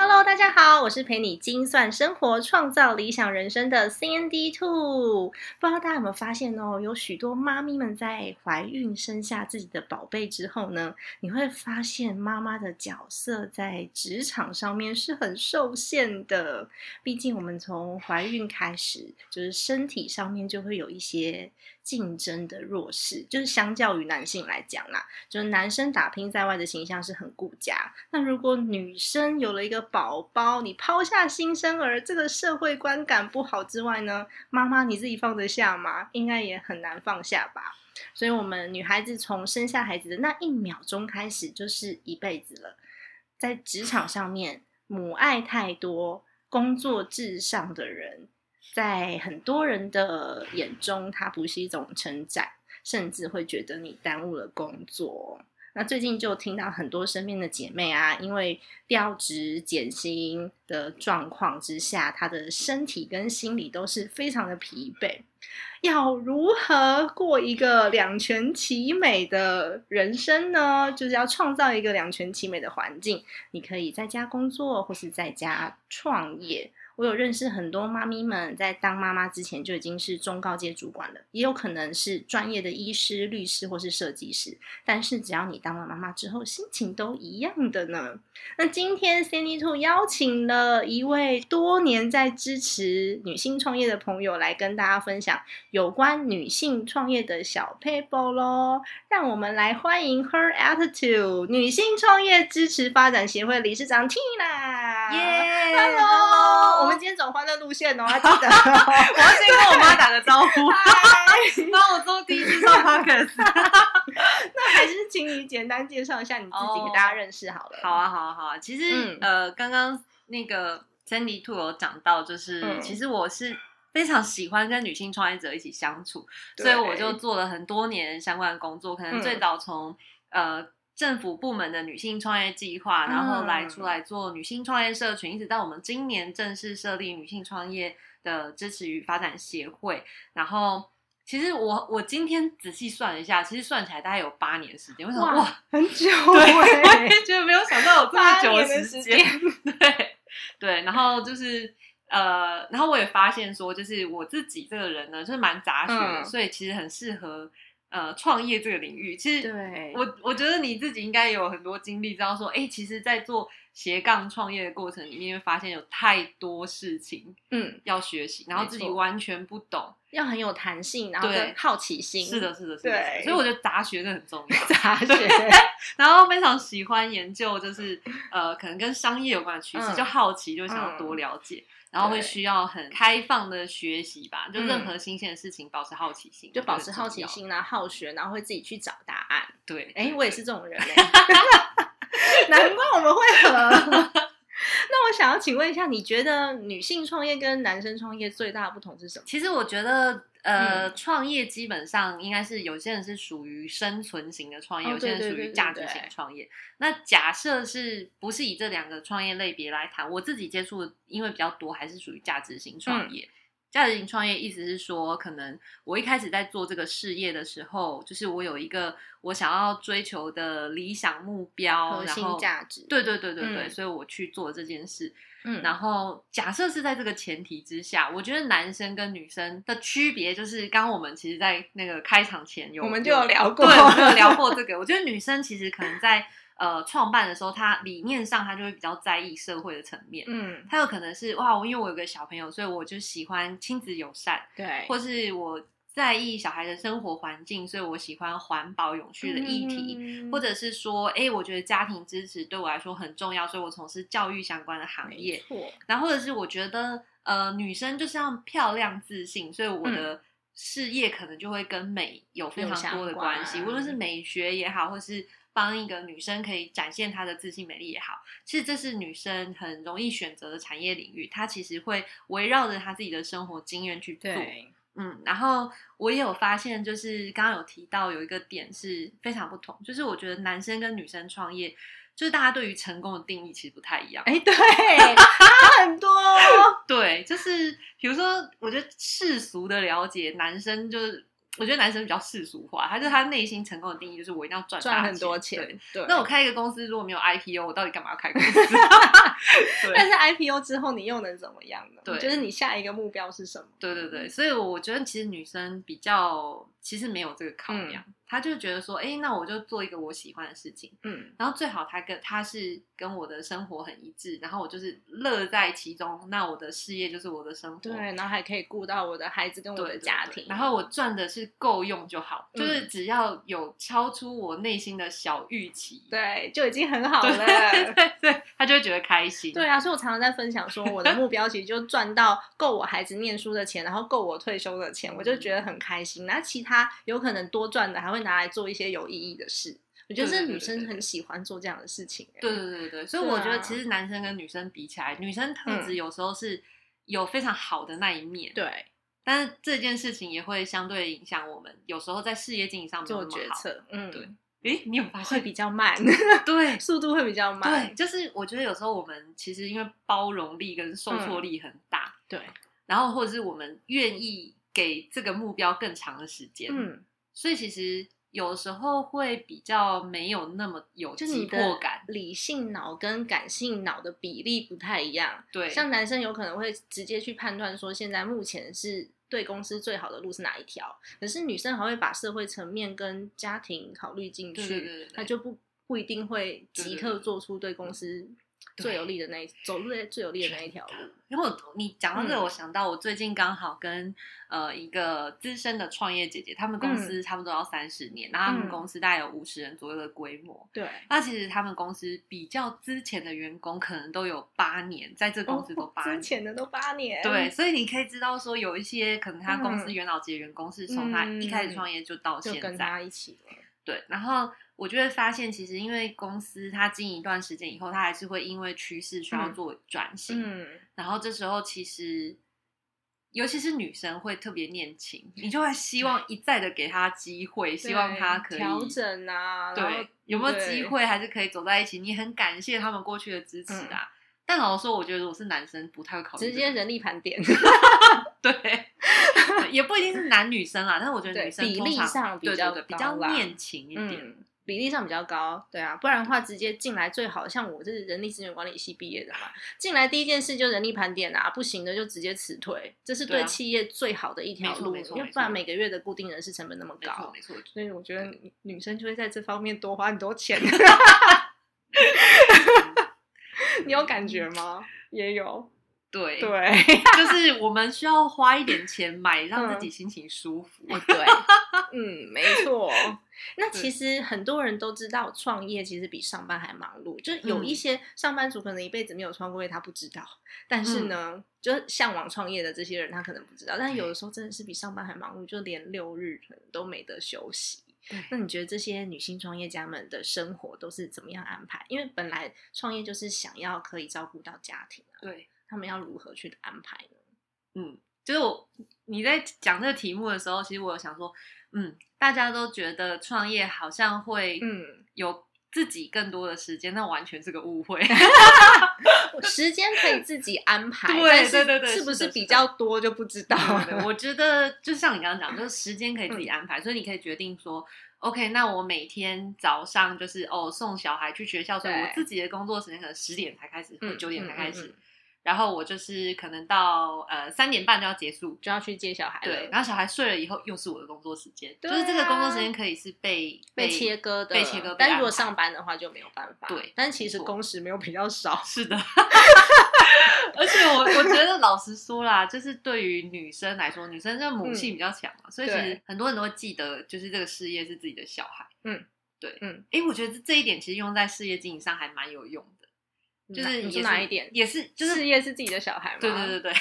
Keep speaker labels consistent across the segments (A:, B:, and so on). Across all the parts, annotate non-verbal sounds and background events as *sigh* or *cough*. A: Hello，大家好，我是陪你精算生活、创造理想人生的 Sandy Two。不知道大家有没有发现哦，有许多妈咪们在怀孕生下自己的宝贝之后呢，你会发现妈妈的角色在职场上面是很受限的。毕竟我们从怀孕开始，就是身体上面就会有一些竞争的弱势，就是相较于男性来讲啦，就是男生打拼在外的形象是很顾家。那如果女生有了一个宝宝，你抛下新生儿，这个社会观感不好之外呢，妈妈你自己放得下吗？应该也很难放下吧。所以，我们女孩子从生下孩子的那一秒钟开始，就是一辈子了。在职场上面，母爱太多、工作至上的人，在很多人的眼中，它不是一种称赞，甚至会觉得你耽误了工作。那最近就听到很多身边的姐妹啊，因为调职减薪的状况之下，她的身体跟心理都是非常的疲惫。要如何过一个两全其美的人生呢？就是要创造一个两全其美的环境。你可以在家工作，或是在家创业。我有认识很多妈咪们，在当妈妈之前就已经是中高阶主管了，也有可能是专业的医师、律师或是设计师。但是只要你当了妈妈之后，心情都一样的呢。那今天 Sandy Two 邀请了一位多年在支持女性创业的朋友来跟大家分享有关女性创业的小 paper 喽。让我们来欢迎 Her Attitude 女性创业支持发展协会理事长
B: 啊
A: Tina。
B: 耶
A: Hello，我们今天走欢乐路线哦，还记
B: *laughs*
A: 得？。
B: 我要先跟我妈打个招呼 *laughs*
A: 嗨
B: 那我都第一次上 podcast。
A: 那还是请你简单介绍一下你自己，
B: 哦
A: 给大家认识好了。
B: *laughs* 好，啊，好啊，好啊。其实、
A: 嗯
B: 呃，刚刚那个 Sandy Two 有讲到，就是、
A: 嗯
B: 其实我是非常喜欢跟女性创业者一起相处，
A: 对嗯
B: 所以我就做了很多年相关的工作，可能最早从、呃。政府部门的女性创业计划，然后来
A: 嗯
B: 出来做女性创业社群，一直到我们今年正式设立女性创业的支持与发展协会。然后，其实我我今天仔细算了一下，其实算起来大概有八年时间。为什么
A: 哇
B: 哇，
A: 很久
B: 对，
A: 欸
B: 我也觉得没有想到有这么久
A: 八年的时
B: 时间。对对，然后就是呃，然后我也发现说，就是我自己这个人呢，就是蛮杂学的，
A: 嗯
B: 所以其实很适合呃创业这个领域。其实
A: 对，
B: 我我觉得你自己应该有很多经历，知道说，哎，其实，在做斜杠创业的过程里面，会发现有太多事情
A: 嗯，
B: 要学习，然后自
A: 没
B: 己
A: 错
B: 完全不懂。
A: 要很有弹性，然后
B: 对
A: 跟好奇心，
B: 是的，，是的，是的。是
A: 对
B: 的所以我觉得杂学是很重要。
A: 杂
B: *laughs*
A: 学，
B: 然后非常喜欢研究，就是呃，可能跟商业有关的趋势，
A: 嗯
B: 就好奇，就想要多了解，然后会需要很开放的学习吧，就任何新鲜的事情保持好奇心，
A: 嗯就保
B: 我觉
A: 持
B: 得
A: 好奇
B: 很重要。
A: 心，然后好学，然后会自己去找答案。
B: 对，
A: 哎，我也是这种
B: *laughs*
A: 人哎，难怪我们会合。那我想要请问一下，你觉得女性创业跟男生创业最大的不同是什么？
B: 其实我觉得。
A: 嗯
B: 呃，创业基本上应该是有些人是属于生存型的创业，
A: 哦
B: 有些人
A: 对对
B: 属
A: 对
B: 于
A: 对
B: 价值型
A: 对
B: 创业。那假设是不是以这两个创业类别来谈？我自己接触的因为比较多，还是属于价值型
A: 嗯
B: 创业。价值型创业意思是说，可能我一开始在做这个事业的时候，就是我有一个我想要追求的理想目标，
A: 核
B: 哦然
A: 心
B: 后
A: 价值，
B: 对对对对对，
A: 嗯
B: 所以我去做这件事。
A: 嗯，
B: 然后假设是在这个前提之下，我觉得男生跟女生的区别就是，刚刚我们其实，在那个开场前有
A: 我们就有聊过，
B: 对，我们就有聊过这个。我觉得女生其实可能在呃创办的时候，她理念上她就会比较在意社会的层面。
A: 嗯，
B: 她有可能是哇，我因为我有个小朋友，所以我就喜欢亲子友善，
A: 对，
B: 或是我在意小孩的生活环境，所以我喜欢环保永续的议题。
A: 嗯
B: 或者是说，哎、我觉得家庭支持对我来说很重要，所以我从事教育相关的行业
A: 没。错，
B: 然后或者是我觉得呃女生就是要漂亮自信，所以我的事业可能就会跟美有非常多的关
A: 嗯
B: 系，
A: 有相关
B: 无论是美学也好，或是。帮一个女生可以展现她的自信美丽也好，其实这是女生很容易选择的产业领域，她其实会围绕着她自己的生活经验去做。
A: 对，
B: 嗯，然后我也有发现，就是刚刚有提到有一个点是非常不同，就是我觉得男生跟女生创业，就是大家对于成功的定义其实不太一样。
A: 哎，对， *laughs* 差很多。
B: 对，就是比如说，我觉得世俗的了解，男生就是我觉得男生比较世俗化，他就是他内心成功的定义就是我一定要赚大
A: 赚很多
B: 钱。对
A: 钱，对。
B: 那我开一个公司，如果没有 IPO，我到底干嘛要开公司？ *laughs*
A: 但
B: 对
A: 是 IPO 之后你又能怎么样呢？
B: 对
A: 就是你下一个目标是什么？
B: 对对对，所以我觉得其实女生比较其实没有这个考量，她就觉得说，哎，那我就做一个我喜欢的事情，
A: 嗯，
B: 然后最好他跟他是跟我的生活很一致，然后我就是乐在其中，那我的事业就是我的生活，
A: 对，然后还可以顾到我的孩子跟我
B: 对
A: 的
B: 对
A: 家
B: 对
A: 庭，
B: 然后我赚的是够用就好，
A: 嗯
B: 就是只要有超出我内心的小预期，
A: 对就已经很好
B: 对对
A: 了。
B: 对 *laughs* 对，他就会觉得开心。
A: 对啊，所以我常常在分享说，我的目标其实就赚到够我孩子念书的钱，然后够我退休的钱，我就觉得很开心。那其他有可能多赚的，还会拿来做一些有意义的事。我觉得
B: 对
A: 这
B: 对
A: 女
B: 对
A: 生
B: 对
A: 很喜欢做这样的事情、欸
B: 对对对对，所以
A: 对
B: 我觉得
A: 啊
B: 其实男生跟女生比起来，女生特质
A: 嗯
B: 有时候是有非常好的那一面，
A: 对，
B: 但是这件事情也会相对影响我们有时候在事业经营上没
A: 做
B: 有那么
A: 决
B: 好。
A: 策，嗯，
B: 对，诶，你有发
A: 会 *laughs*
B: 现？
A: 比较慢，
B: 对，
A: 速度会比较慢
B: 对，。就是我觉得有时候我们其实因为包容力跟受挫力很大，
A: 嗯对，
B: 然后或者是我们愿意给这个目标更长的时间，，
A: 嗯，
B: 所以其实有时候会比较没有那么有
A: 就是你
B: 急
A: 的
B: 迫感，
A: 理性脑跟感性脑的比例不太一样。
B: 对，
A: 像男生有可能会直接去判断说，现在目前是对公司最好的路是哪一条，可是女生还会把社会层面跟家庭考虑进
B: 对对对
A: 去
B: 对，
A: 那就不不一定会即
B: 对对
A: 刻
B: 对嗯
A: 做出对公司最有利的那一走最最有利的那一条路。
B: 因为我你讲到这个，
A: 嗯
B: 我想到我最近刚好跟呃一个资深的创业姐姐，他们公司差不多要三十年，然后他们
A: 嗯
B: 公司大概有五十人左右的规模，
A: 对，
B: 那其实他们公司比较之前的员工可能都有八年，在这公司都八年。
A: 哦之前的都八年，
B: 对，，所以你可以知道说，有一些可能他公司
A: 嗯
B: 元老级的员工是从他一开始创业就到
A: 就
B: 现
A: 跟
B: 在，
A: 他一起了。
B: 对。然后我就会发现，其实因为公司它经营一段时间以后，它还是会因为趋势需要
A: 嗯
B: 做转型，
A: 嗯，
B: 然后这时候其实，尤其是女生会特别念情，你就会希望一再的给她机会，希望
A: 对
B: 她可以
A: 调整啊，然后
B: 对，有没有
A: 对
B: 机会还是可以走在一起？你很感谢他们过去的支持
A: 嗯
B: 啊。但老实说，我觉得我是男生，不太会考虑
A: 直
B: 这
A: 接
B: 个
A: 人力盘点，
B: 对， *laughs* 也不一定是男女生啊啦，但是我觉得女
A: *laughs* 对
B: 生
A: 比例
B: 通常
A: 上比
B: 对
A: 较
B: 对对比
A: 高
B: 较
A: 啦
B: 念情一点。
A: 嗯，比例上比较高，对啊，不然的话直接进来最好像我是人力资源管理系毕业的嘛，进来第一件事就人力盘点啊，不行的就直接辞退，这是
B: 对
A: 对
B: 啊
A: 企业最好的一条路，
B: 没错没错
A: 因为
B: 没错
A: 不然每个月的固定人事成本那么
B: 没错
A: 高， *laughs*
B: 没错，
A: 所以我觉得女女生就会在这方面多花很多
B: *laughs*
A: 钱， *laughs* 你有感觉吗？也有，
B: 嗯对，
A: 对，
B: 就是我们需要花一点钱买，让
A: 嗯
B: 自己心情舒服。
A: 哎，对，嗯，没错。 *laughs* 嗯那其实很多人都知道，创业其实比上班还忙碌。就是有一
B: 嗯
A: 些上班族可能一辈子没有创过业，他不知道。但是呢，就是向往创业的这些人，他可能不知道。但有的时候真的是比上班还忙碌，就连六日可能都没得休息
B: 对。
A: 那你觉得这些女性创业家们的生活都是怎么样安排？因为本来创业就是想要可以照顾到家庭啊，
B: *laughs* 对，
A: 他们要如何去安排呢？
B: 嗯，就是我你在讲这个题目的时候，其实我有想说，嗯，大家都觉得创业好像会
A: 嗯，
B: 有自己更多的时间，那完全是个误
A: *laughs*
B: 会。
A: 时间可以自己安排，
B: 对
A: 但是
B: 对对对
A: 是不
B: 是的
A: 是
B: 是
A: 比
B: 的
A: 较多就不知道
B: 对
A: 了。
B: 我觉得就像你刚刚讲，就是时间可以自
A: 嗯
B: 己安排，所以你可以决定说，OK，那我每天早上就是哦送小孩去学校，所以
A: 对
B: 我自己的工作时间可能十点才开始，或九点才开始，
A: 嗯嗯嗯
B: 然后我就是可能到呃三点半就要结束。
A: 就要去接小孩了，
B: 对，然后小孩睡了以后，又是我的工作时间，
A: 对
B: 就是这个工作
A: 啊
B: 时间可以是被
A: 被切割的，
B: 被切割被
A: 但
B: 安
A: 如果
B: 排
A: 上班的话就没有办法。
B: 对
A: 但其实
B: 没错
A: 工时没有比较
B: *laughs*
A: 少。
B: 是的，而且我我觉得老实说啦，就是对于女生来说，女生的母性比较强嘛，所以其实
A: 嗯对
B: 很多人都会记得，就是这个事业是自己的小孩。
A: 嗯，
B: 对，
A: 嗯，
B: 哎，我觉得这一点其实用在事业经营上还蛮有用的，就
A: 哪嗯
B: 是
A: 你
B: 也
A: 说
B: 是
A: 哪一点？
B: 也是就是
A: 事业是自己的小孩吗？
B: 对对对对。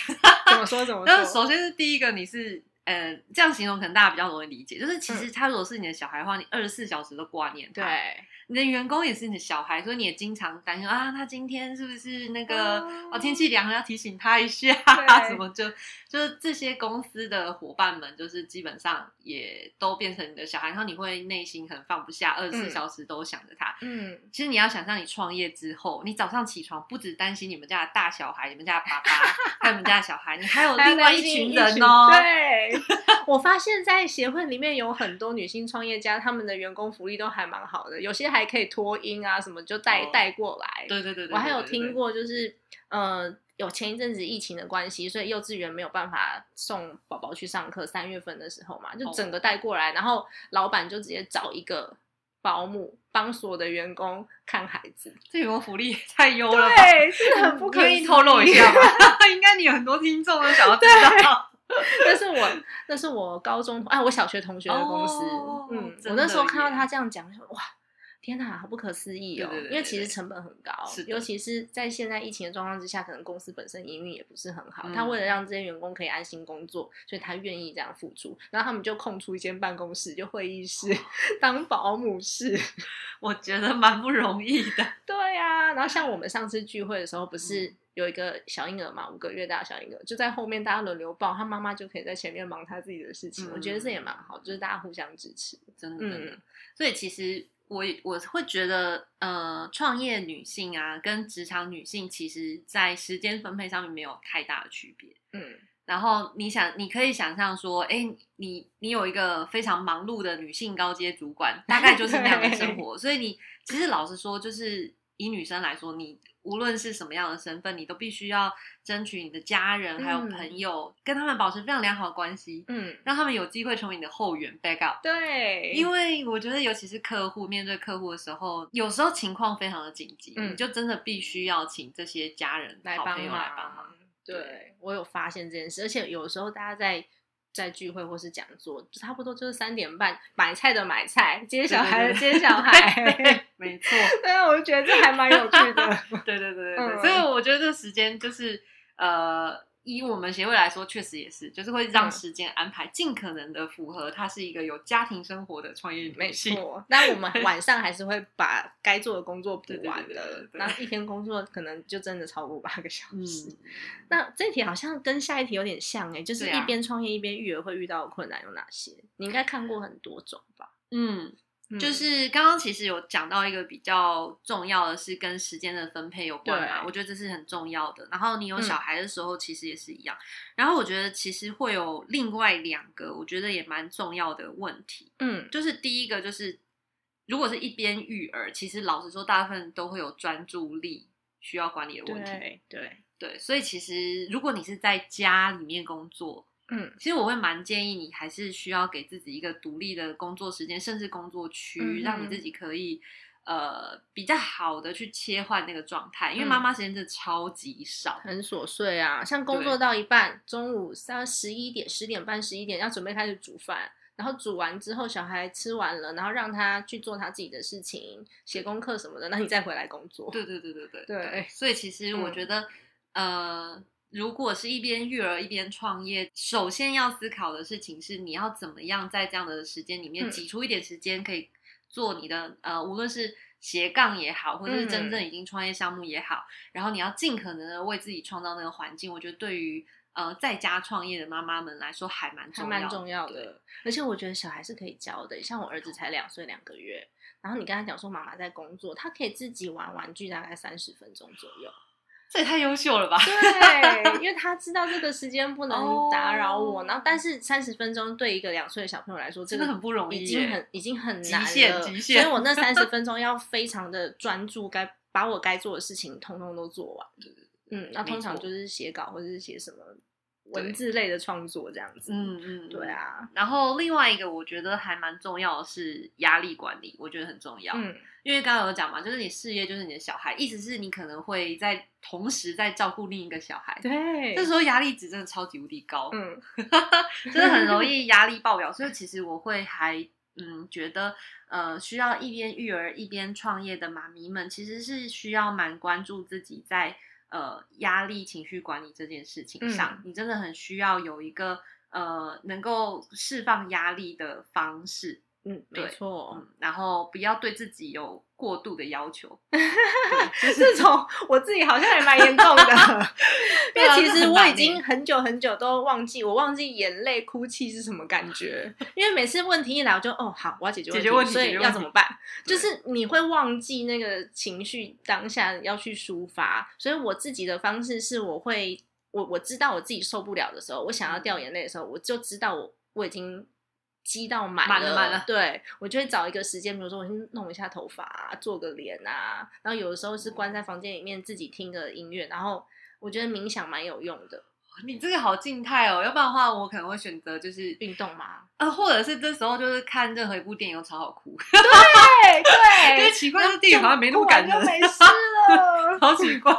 A: 怎么说怎么
B: *laughs* 那
A: 说？
B: 首先是第一个，你是呃 *laughs* 这样形容，可能大家比较容易理解，就是其实他如果是你的小孩的话，你二十四小时都挂念
A: 嗯
B: 他。
A: 对
B: 你的员工也是你的小孩，所以你也经常担心啊，他今天是不是那个
A: 哦
B: 哦天气凉了要提醒他一下，
A: 对
B: *laughs* 什么就就是这些公司的伙伴们，就是基本上也都变成你的小孩，然后你会内心很放不下，二十四
A: 嗯
B: 小时都想着他。
A: 嗯，
B: 其实你要想象你创业之后，你早上起床不只担心你们家的大小孩、你们家的爸爸，还有你们家的小孩，你还
A: *laughs*
B: 有
A: 还有
B: 另
A: 那
B: 外一
A: 些
B: 群人哦。
A: 对，我发现，在协会里面有很多女性创业家，她们的员工福利都还蛮好的，有些还可以托婴啊什么，就带
B: 哦
A: 带、过来。
B: 对对对对，
A: 我还有
B: 对对
A: 听
B: 对
A: 过，就是呃，有前一阵子疫情的关系，所以幼稚园没有办法送宝宝去上课。三月份的时候嘛，就
B: 哦
A: 整个带过来，然后老板就直接找一个保姆帮所有的员工看孩子。 *laughs*
B: 这员工福利也太优了吧，
A: 对，真的很不可
B: 愿意透露一
A: *laughs*
B: 下吗？ *laughs* 应该你有很多听众都想要知道。
A: *laughs* 那是我，那是我高中哎、我小学同学的公司。
B: 哦
A: 嗯，我
B: 真的
A: 那时候看到
B: 耶
A: 他这样讲，就哇，天哪，好不可思议哦！
B: 对对对
A: 因为
B: 对
A: 其
B: 对
A: 实成本很高
B: 是，的
A: 尤其是在现在疫情的状况之下，可能公司本身营运也不是很好。他
B: 嗯
A: 为了让这些员工可以安心工作，所以他愿意这样付出。然后他们就空出一间办公室，就会议室 *laughs* 当保姆室。
B: *laughs* 我觉得蛮不容易的。
A: 对呀、然后像我们上次聚会的时候，不
B: 嗯
A: 是有一个小婴儿嘛，五个月大的小婴儿就在后面，大家轮流抱，他妈妈就可以在前面忙他自己的事情。我觉得
B: 嗯
A: 这也蛮好，就是大家互相支持。
B: 真的，真的
A: 嗯，
B: 所以其实我我会觉得，呃，创业女性啊，跟职场女性，其实在时间分配上面没有太大的区别。
A: 嗯
B: 然后你想，你可以想象说，哎，你你有一个非常忙碌的女性高阶主管，大概就是那样的
A: *laughs*
B: 生活。所以你其实老实说，就是以女生来说，你无论是什么样的身份，你都必须要争取你的家人还有
A: 嗯
B: 朋友，跟他们保持非常良好的关系，
A: 嗯，
B: 让他们有机会成为你的后援 back up。
A: 对，
B: 因为我觉得，尤其是客户面对客户的时候，有时候情况非常的紧急，
A: 嗯
B: 你就真的必须要请这些家人、
A: 来
B: 好
A: 帮
B: 朋友来帮忙。。
A: 对，我有发现这件事，而且有时候大家在。在聚会或是讲座，就差不多就是三点半，买菜的买菜，接小孩的
B: 对对对
A: 接小
B: *laughs*
A: 孩。 *laughs*
B: 没错，
A: 对啊，我就觉得这还蛮有趣
B: *laughs*
A: 的。
B: 对对对对
A: 嗯
B: 对，所以我觉得这时间就是呃，以我们协会来说，确实也是，就是会让
A: 嗯
B: 时间安排尽可能的符合她是一个有家庭生活的创业
A: 没
B: 女
A: *laughs*
B: 性。
A: 错，但我们晚上还是会把该做的工作补
B: 对对
A: 完
B: 对对对
A: 的
B: 对。对
A: 那一天工作可能就真的超过八个小
B: 嗯，
A: 时。那这题好像跟下一题有点像哎、就是
B: 对啊
A: 一边创业一边育儿会遇到的困难有哪些？你应该看过很多种吧？
B: 嗯，
A: 嗯
B: 就是刚刚其实有讲到一个比较重要的是跟时间的分配有关嘛，
A: 对嗯
B: 我觉得这是很重要的。然后你有小孩的时候，其实也是一样。然后我觉得其实会有另外两个，我觉得也蛮重要的问题，
A: 嗯
B: 就是第一个就是，如果是一边育儿，其实老实说，大部分都会有专注力需要管理的问题。
A: 对对
B: 对，所以其实如果你是在家里面工作，
A: 嗯
B: 其实我会蛮建议你还是需要给自己一个独立的工作时间，甚至工作区，
A: 嗯哼
B: 让你自己可以呃比较好的去切换那个状态，
A: 嗯
B: 因为妈妈时间真的超级少。
A: 很琐碎啊，像工作
B: 对
A: 到一半，中午到十一点、十点半、十一点要准备开始煮饭，然后煮完之后小孩吃完了，然后让他去做他自己的事情，写功课什么的，那你再回来工作。
B: 对对对对对
A: 对嗯
B: 所以其实我觉得、呃。如果是一边育儿一边创业，首先要思考的事情是，你要怎么样在这样的时间里面
A: 嗯
B: 挤出一点时间，可以做你的、呃，无论是斜杠也好，或者是真
A: 嗯
B: 正已经创业项目也好，然后你要尽可能的为自己创造那个环境。我觉得对于呃在家创业的妈妈们来说，还蛮
A: 还
B: 重要的，
A: 蛮重要
B: 对。
A: 的。而且我觉得小孩是可以教的，像我儿子才两岁两个月，然后你跟他讲说妈妈在工作，他可以自己玩玩具大概三十分钟左右。
B: 这也太优
A: *laughs*
B: 秀了吧！
A: 对，因为他知道这个时间不能打扰我，
B: 哦
A: 然后但是三十分钟对一个两岁的小朋友来说，这
B: 真的
A: 个
B: 很不容易
A: 已经
B: 耶
A: 很已经很
B: 极
A: 难
B: 限
A: 了。
B: 极限
A: 所以我那三
B: *laughs*
A: 十分钟要非常的专注，该把我该做的事情通通都做完。嗯，那
B: 没
A: 通常
B: 错
A: 就是写稿或者是写什么
B: 对
A: 文字类的创作这样子。
B: 嗯嗯，
A: 对。啊，
B: 然后另外一个我觉得还蛮重要的是压力管理，我觉得很重要。
A: 嗯，
B: 因为刚刚有讲嘛，就是你事业就是你的小孩，意思是你可能会在同时在照顾另一个小孩，
A: 对，
B: 这时候压力值真的超级无敌高，
A: 嗯
B: 真的
A: *laughs*
B: 很容易压力爆表。所以其实我会还嗯觉得呃需要一边育儿一边创业的妈咪们，其实是需要蛮关注自己在呃压力情绪管理这件事情
A: 嗯
B: 上，你真的很需要有一个呃能够释放压力的方式。
A: 嗯，没
B: 对
A: 错，
B: 嗯，然后不要对自己有过度的要求。
A: *laughs* 这种我自己好像也蛮严 *laughs* 重的，因
B: 对
A: 为
B: 啊
A: 其
B: 这
A: 实
B: 很
A: 我
B: 难
A: 已经
B: 欸
A: 很久很久都忘记，我忘记眼泪哭泣是什么感觉， *laughs* 因为每次问题一来，我就哦好，我要解决
B: 解
A: 问
B: 决问题
A: 所
B: 解
A: 以
B: 决
A: 要
B: 问
A: 怎么
B: 题
A: 办？就
B: 对
A: 是你会忘记那个情绪当下要去抒发，所以我自己的方式是我会。我我知道我自己受不了的时候，我想要掉眼泪的时候，我就知道我我已经积到满
B: 满
A: 了
B: 了满了
A: 对我就会找一个时间，比如说我先弄一下头发、啊，做个脸啊，然后有的时候是关在房间里面自己听个音乐，然后我觉得冥想蛮有用的，
B: 你这个好静态哦，要不然的话，我可能会选择就是
A: 运动嘛。
B: 呃，或者是这时候就是看任何一部电影都超好哭， *laughs*
A: 对
B: 因 *laughs* 为
A: 对，
B: 奇怪，这电影好像没那么感
A: *laughs*
B: 人
A: 就，没事了。
B: 好奇怪。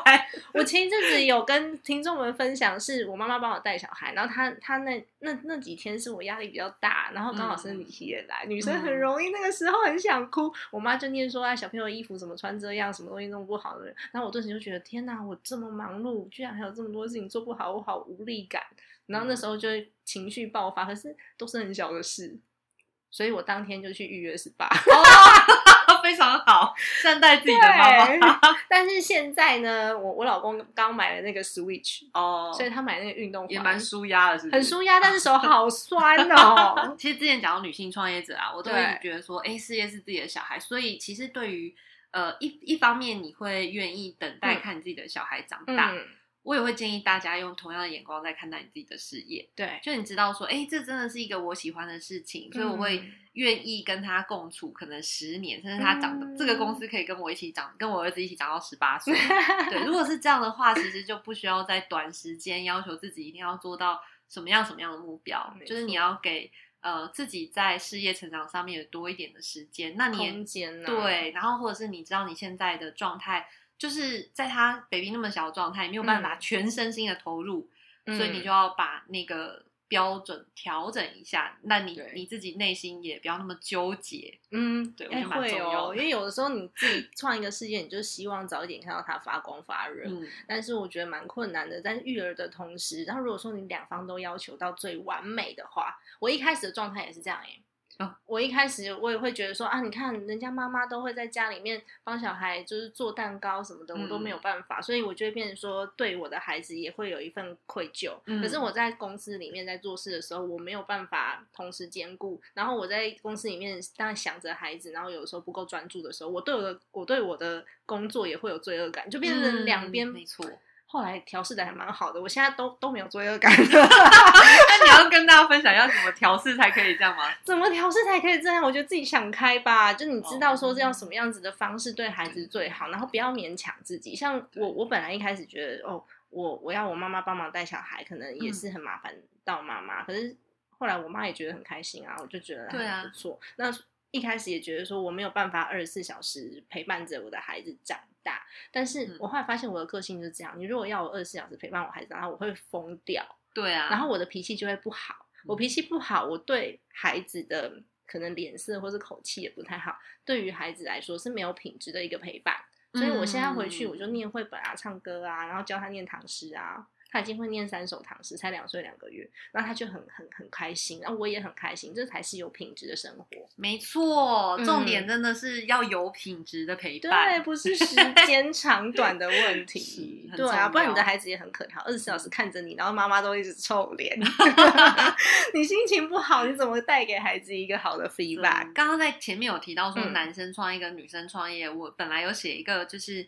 A: 我前一阵子有跟听众们分享，是我妈妈帮我带小孩，然后她她那那那几天是我压力比较大，然后刚好生理期也来，女生很容易那个时候很想哭，我妈就念说啊，小朋友衣服怎么穿这样，什么东西弄不好的，然后我顿时就觉得天哪，我这么忙碌，居然还有这么多事情做不好，我好无力感，然后那时候就会情绪爆发，可是都是很小的事，所以我当天就去预约 SPA。
B: 非常好，善待自己的妈妈。
A: 妈。 *laughs* 但是现在呢，我我老公刚买了那个 Switch，
B: 哦，
A: 所以他买那个运动
B: 也
A: 环
B: 蛮舒压的，是不是？。
A: 很舒压，但是手好酸哦
B: *laughs* 其实之前讲到女性创业者啊，我都
A: 对
B: 一直觉得说，哎、事业是自己的小孩，所以其实对于呃一一方面，你会愿意等待
A: 嗯
B: 看你自己的小孩长大，
A: 嗯，
B: 我也会建议大家用同样的眼光在看待你自己的事业，
A: 对，
B: 就你知道说，哎、这真的是一个我喜欢的事情，所以我
A: 嗯
B: 会。愿意跟他共处，可能十年，甚至他长的、
A: 嗯
B: 这个公司可以跟我一起长，跟我儿子一起长到十
A: *laughs*
B: 八岁，对，如果是这样的话，其实就不需要在短时间要求自己一定要做到什么样什么样的目标
A: 没，
B: 就是
A: 错
B: 你要给呃自己在事业成长上面有多一点的时间。那你也
A: 空间啊呐，
B: 对，然后或者是你知道你现在的状态，就是在他 baby 那么小的状态，没有办法
A: 嗯
B: 全身心的投入，
A: 嗯，
B: 所以你就要把那个。标准调整一下，那你
A: 对
B: 你自己内心也不要那么纠结。
A: 嗯，
B: 对我觉
A: 哎
B: 得蛮
A: 会
B: 重
A: 哦，
B: 要的
A: 因为有的时候你自己创一个事业，你就希望早一点看到它发光发热。
B: 嗯，
A: 但是我觉得蛮困难的。但是育儿的同时，然后如果说你两方都要求到最完美的话，我一开始的状态也是这样耶。
B: 哦
A: 我一开始我也会觉得说啊，你看人家妈妈都会在家里面帮小孩就是做蛋糕什么的，我都
B: 嗯
A: 没有办法，所以我就会变成说对我的孩子也会有一份愧疚。
B: 嗯
A: 可是我在公司里面在做事的时候，我没有办法同时兼顾，然后我在公司里面当然想着孩子，然后有时候不够专注的时候，我对我的我对我的工作也会有罪恶感，就变成
B: 嗯
A: 两边
B: 没 *laughs* 错。
A: 后来调试的还蛮好的，我现在都都没有罪恶感
B: 那你要跟大家分享要怎么调试才可以这样吗？
A: *laughs* 怎么调试才可以这样？我觉得自己想开吧，就你知道说
B: 哦
A: 是要什么样子的方式对孩子最好，然后不要勉强自己。像我，我本来一开始觉得哦，我我要我妈妈帮忙带小孩，可能也
B: 嗯
A: 是很麻烦到妈妈，可是后来我妈也觉得很开心啊，我就觉得
B: 对啊
A: 还不错。那一开始也觉得说我没有办法二十四小时陪伴着我的孩子长大，但是
B: 嗯
A: 我后来发现我的个性就是这样，你如果要我二十四小时陪伴我孩子，然后我会疯掉。
B: 对啊，嗯
A: 然后我的脾气就会不好。我脾气不好，我对孩子的可能脸色或是口气也不太好，对于孩子来说是没有品质的一个陪伴。所以我现在回去，
B: 嗯
A: 我就念绘本啊、唱歌啊，然后教他念唐诗啊。他已经会念三首唐诗，才两岁两个月，然后他就很很很开心，然后我也很开心，这才是有品质的生活。
B: 没错，
A: 嗯
B: 重点真的是要有品质的陪
A: 对，
B: 伴。
A: 不是时间 *laughs* 长短的问题
B: 是，很
A: 对啊，
B: 重
A: 不然你的
B: 要
A: 孩子也很可靠，二十四小时看着你，然后妈妈都一直臭脸， *laughs* 你心情不好，你怎么带给孩子一个好的 feedback？
B: 嗯刚刚在前面有提到说
A: 嗯
B: 男生创业跟女生创业，我本来有写一个就是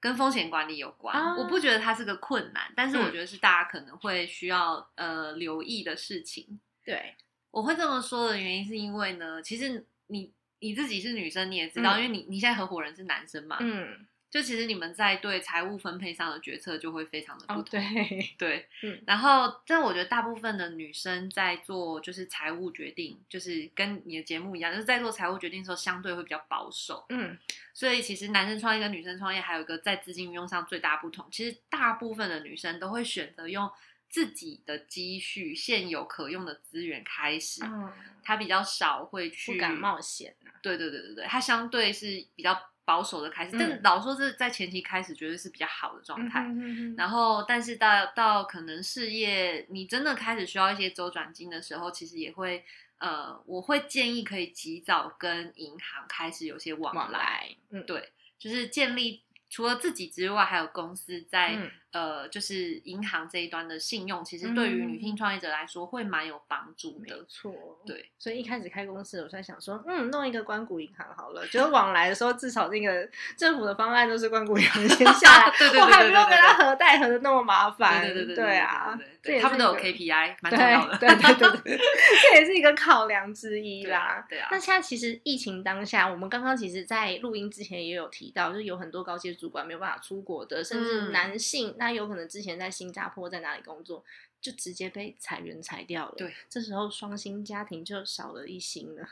B: 跟风险管理有关，
A: 啊
B: 我不觉得它是个困难，但是我
A: 嗯
B: 觉得是大家可能会需要呃留意的事情。
A: 对，
B: 我会这么说的原因是因为呢，其实你你自己是女生，你也知道，
A: 嗯
B: 因为你你现在合伙人是男生嘛，
A: 嗯，
B: 就其实你们在对财务分配上的决策就会非常的不
A: 哦，
B: 同。
A: 对，
B: 对，
A: 嗯
B: 然后但我觉得大部分的女生在做就是财务决定，就是跟你的节目一样，就是在做财务决定的时候相对会比较保守。
A: 嗯，
B: 所以其实男生创业跟女生创业还有一个在资金运用上最大不同，其实大部分的女生都会选择用自己的积蓄、现有可用的资源开始，
A: 哦
B: 她比较少会去
A: 不敢冒险啊，
B: 对对对对对，它相对是比较保守的开始，但
A: 嗯
B: 但老实说这在前期开始绝对是比较好的状态。
A: 然
B: 然后，但是到到可能事业你真的开始需要一些周转金的时候，其实也会呃，我会建议可以及早跟银行开始有些往来，
A: 往来，嗯，
B: 对就是建立除了自己之外，还有公司在、
A: 嗯
B: 呃，就是银行这一端的信用，其实对于女
A: 嗯
B: 性创业者来说会蛮有帮助
A: 没
B: 的。
A: 错，
B: 对。，
A: 所以一开始开公司，我在想说，嗯，弄一个关谷银行好了，就是往来的时候，至少那个政府的方案都是关谷银行先下来
B: *laughs* 对对对对
A: 我还不用
B: 对对
A: 跟他核贷核的那么麻烦，
B: 对对对
A: 对啊
B: 对对对，
A: 这也是
B: 他们都有
A: 一个
B: KPI，蛮
A: 对
B: 重要的。
A: 对 *laughs* 对对对，这也是一个考量之一
B: *laughs* 对啊
A: 啦。
B: 对啊
A: 那现在其实疫情当下，我们刚刚其实，在录音之前也有提到，就是有很多高阶主管没有办法出国的，甚至
B: 嗯
A: 男性，那有可能之前在新加坡在哪里工作，就直接被裁员裁掉了。
B: 对，
A: 这时候双薪家庭就少了一薪 *laughs* 了。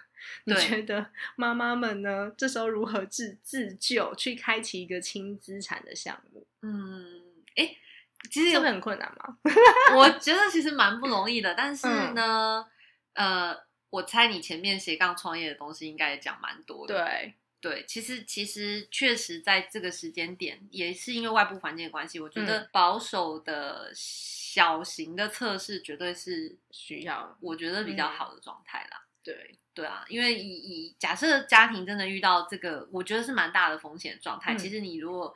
A: 你
B: 对
A: 觉得妈妈们呢？这时候如何自自救，去开启一个轻资产的项目，
B: 嗯，哎，其实
A: 这
B: 有
A: 会很困难吗？
B: 我觉得其实蛮不容易的，但是呢，呃，我猜你前面斜杠创业的东西应该也讲蛮多的。
A: 对，啊
B: 对，其实其实确实在这个时间点，也是因为外部环境的关系，我觉得保守的小型的测试绝对是
A: 需要
B: 我觉得比较好的状态啦。
A: 嗯对，
B: 对啊，因为以以假设家庭真的遇到这个，我觉得是蛮大的风险状态。
A: 嗯
B: 其实你如果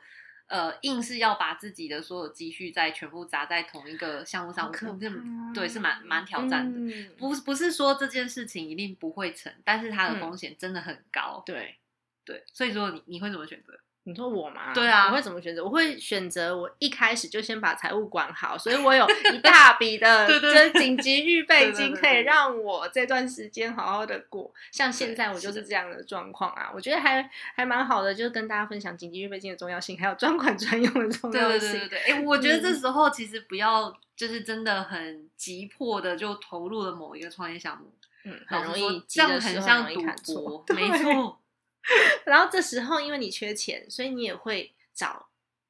B: 呃硬是要把自己的所有积蓄再全部砸在同一个项目上，
A: 好可
B: 我觉得
A: 怕啊
B: 对是蛮蛮挑战的。
A: 嗯
B: 不不是说这件事情一定不会成，但是它的
A: 嗯
B: 风险真的很高。
A: 对。
B: 对，所以说你你会怎么选择？
A: 你说我吗？
B: 对啊
A: 我会怎么选择？我会选择我一开始就先把财务管好，所以我有一大笔的
B: *laughs* 对对
A: 就是紧急预备
B: 对对
A: 金，
B: 对对
A: 可以让我这段时间好好的过。像现在我就是是
B: 的
A: 这样的状况啊，我觉得还还蛮好的，就是跟大家分享紧急预备金的重要性，还有专款专用的重
B: 对
A: 要
B: 对对对
A: 性。
B: 对，哎、我觉得
A: 嗯
B: 这时候其实不要就是真的很急迫的就投入了某一个创业项目，
A: 嗯，很
B: 老
A: 容
B: 实说
A: 易急
B: 这样
A: 的时
B: 很
A: 候很
B: 像
A: 容易看
B: 赌
A: 错。
B: 博， *laughs* 没错，
A: 然后这时候因为你缺钱，所以你也会找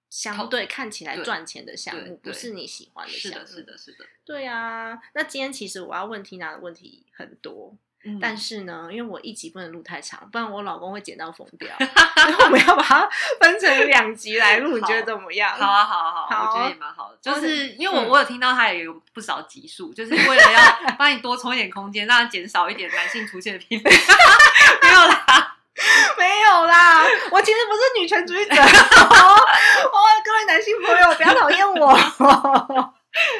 A: 相对看起来
B: 对
A: 赚钱的项
B: 对
A: 目，
B: 对
A: 不是你喜欢的
B: 是
A: 项目。
B: 的，是的，是的。
A: 对啊，那今天其实我要问 Tina 的问题很多，
B: 嗯
A: 但是呢，因为我一集不能录太长，不然我老公会剪到疯
B: *laughs*
A: 掉，所以我们要把它分成两集来录，你觉得怎么样？
B: 好，啊，好啊，好啊，
A: 好
B: 我觉得也蛮好的。就
A: 我
B: 是因为我
A: 嗯
B: 我有听到他也有不少集数，就是为了要 *laughs* 帮你多充一点空间，让它减少一点男性出现的频率。没有啦，
A: *laughs* 没有啦，我其实不是女权主义者， *laughs* 哦，各位男性朋友不要讨厌我。 *laughs*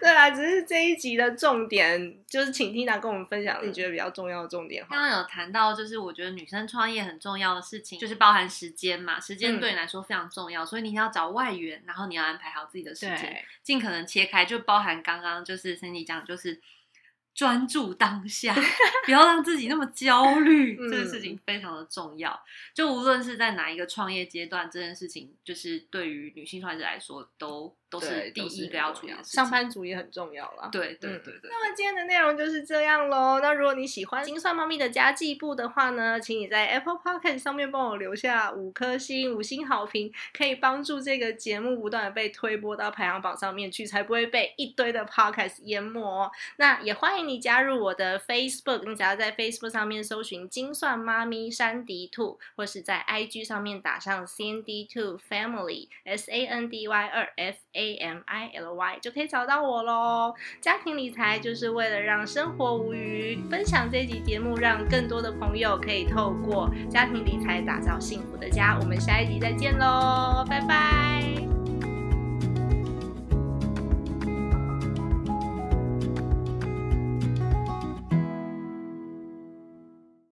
A: 对啦，只是这一集的重点就是请 Tina 跟我们分享你觉得比较重要的重点好
B: 刚
A: 了。
B: 刚有谈到，就是我觉得女生创业很重要的事情，就是包含时间嘛，时间
A: 嗯
B: 对你来说非常重要，所以你要找外援，然后你要安排好自己的时间，，尽可能切开，就包含刚刚就是 Cindy 讲，就是专注当下，不要让自己那么焦虑，
A: 嗯
B: 这个事情非常的重要。就无论是在哪一个创业阶段，这件事情就是对于女性创业者来说，都都是
A: 对
B: 第
A: 都
B: 一
A: 很
B: 个要
A: 重
B: 处理的事情。
A: 上班族也很重要啦。
B: 对对
A: 嗯
B: 对对，
A: 那么今天的内容就是这样喽。那如果你喜欢《金算猫咪的家计部》的话呢，请你在 Apple Podcast 上面帮我留下五颗星、五星好评，可以帮助这个节目不断的被推播到排行榜上面去，才不会被一堆的 Podcast 淹没哦。那也欢迎你加入我的 Facebook，你只要在 Facebook 上面搜寻“金算妈咪山迪兔”，或是在 IG 上面打上 “Sandy Two Family S A N D Y 二 F A M I L Y” 就可以找到我喽。家庭理财就是为了让生活无虞，分享这集节目，让更多的朋友可以透过家庭理财打造幸福的家。我们下一集再见喽，拜拜。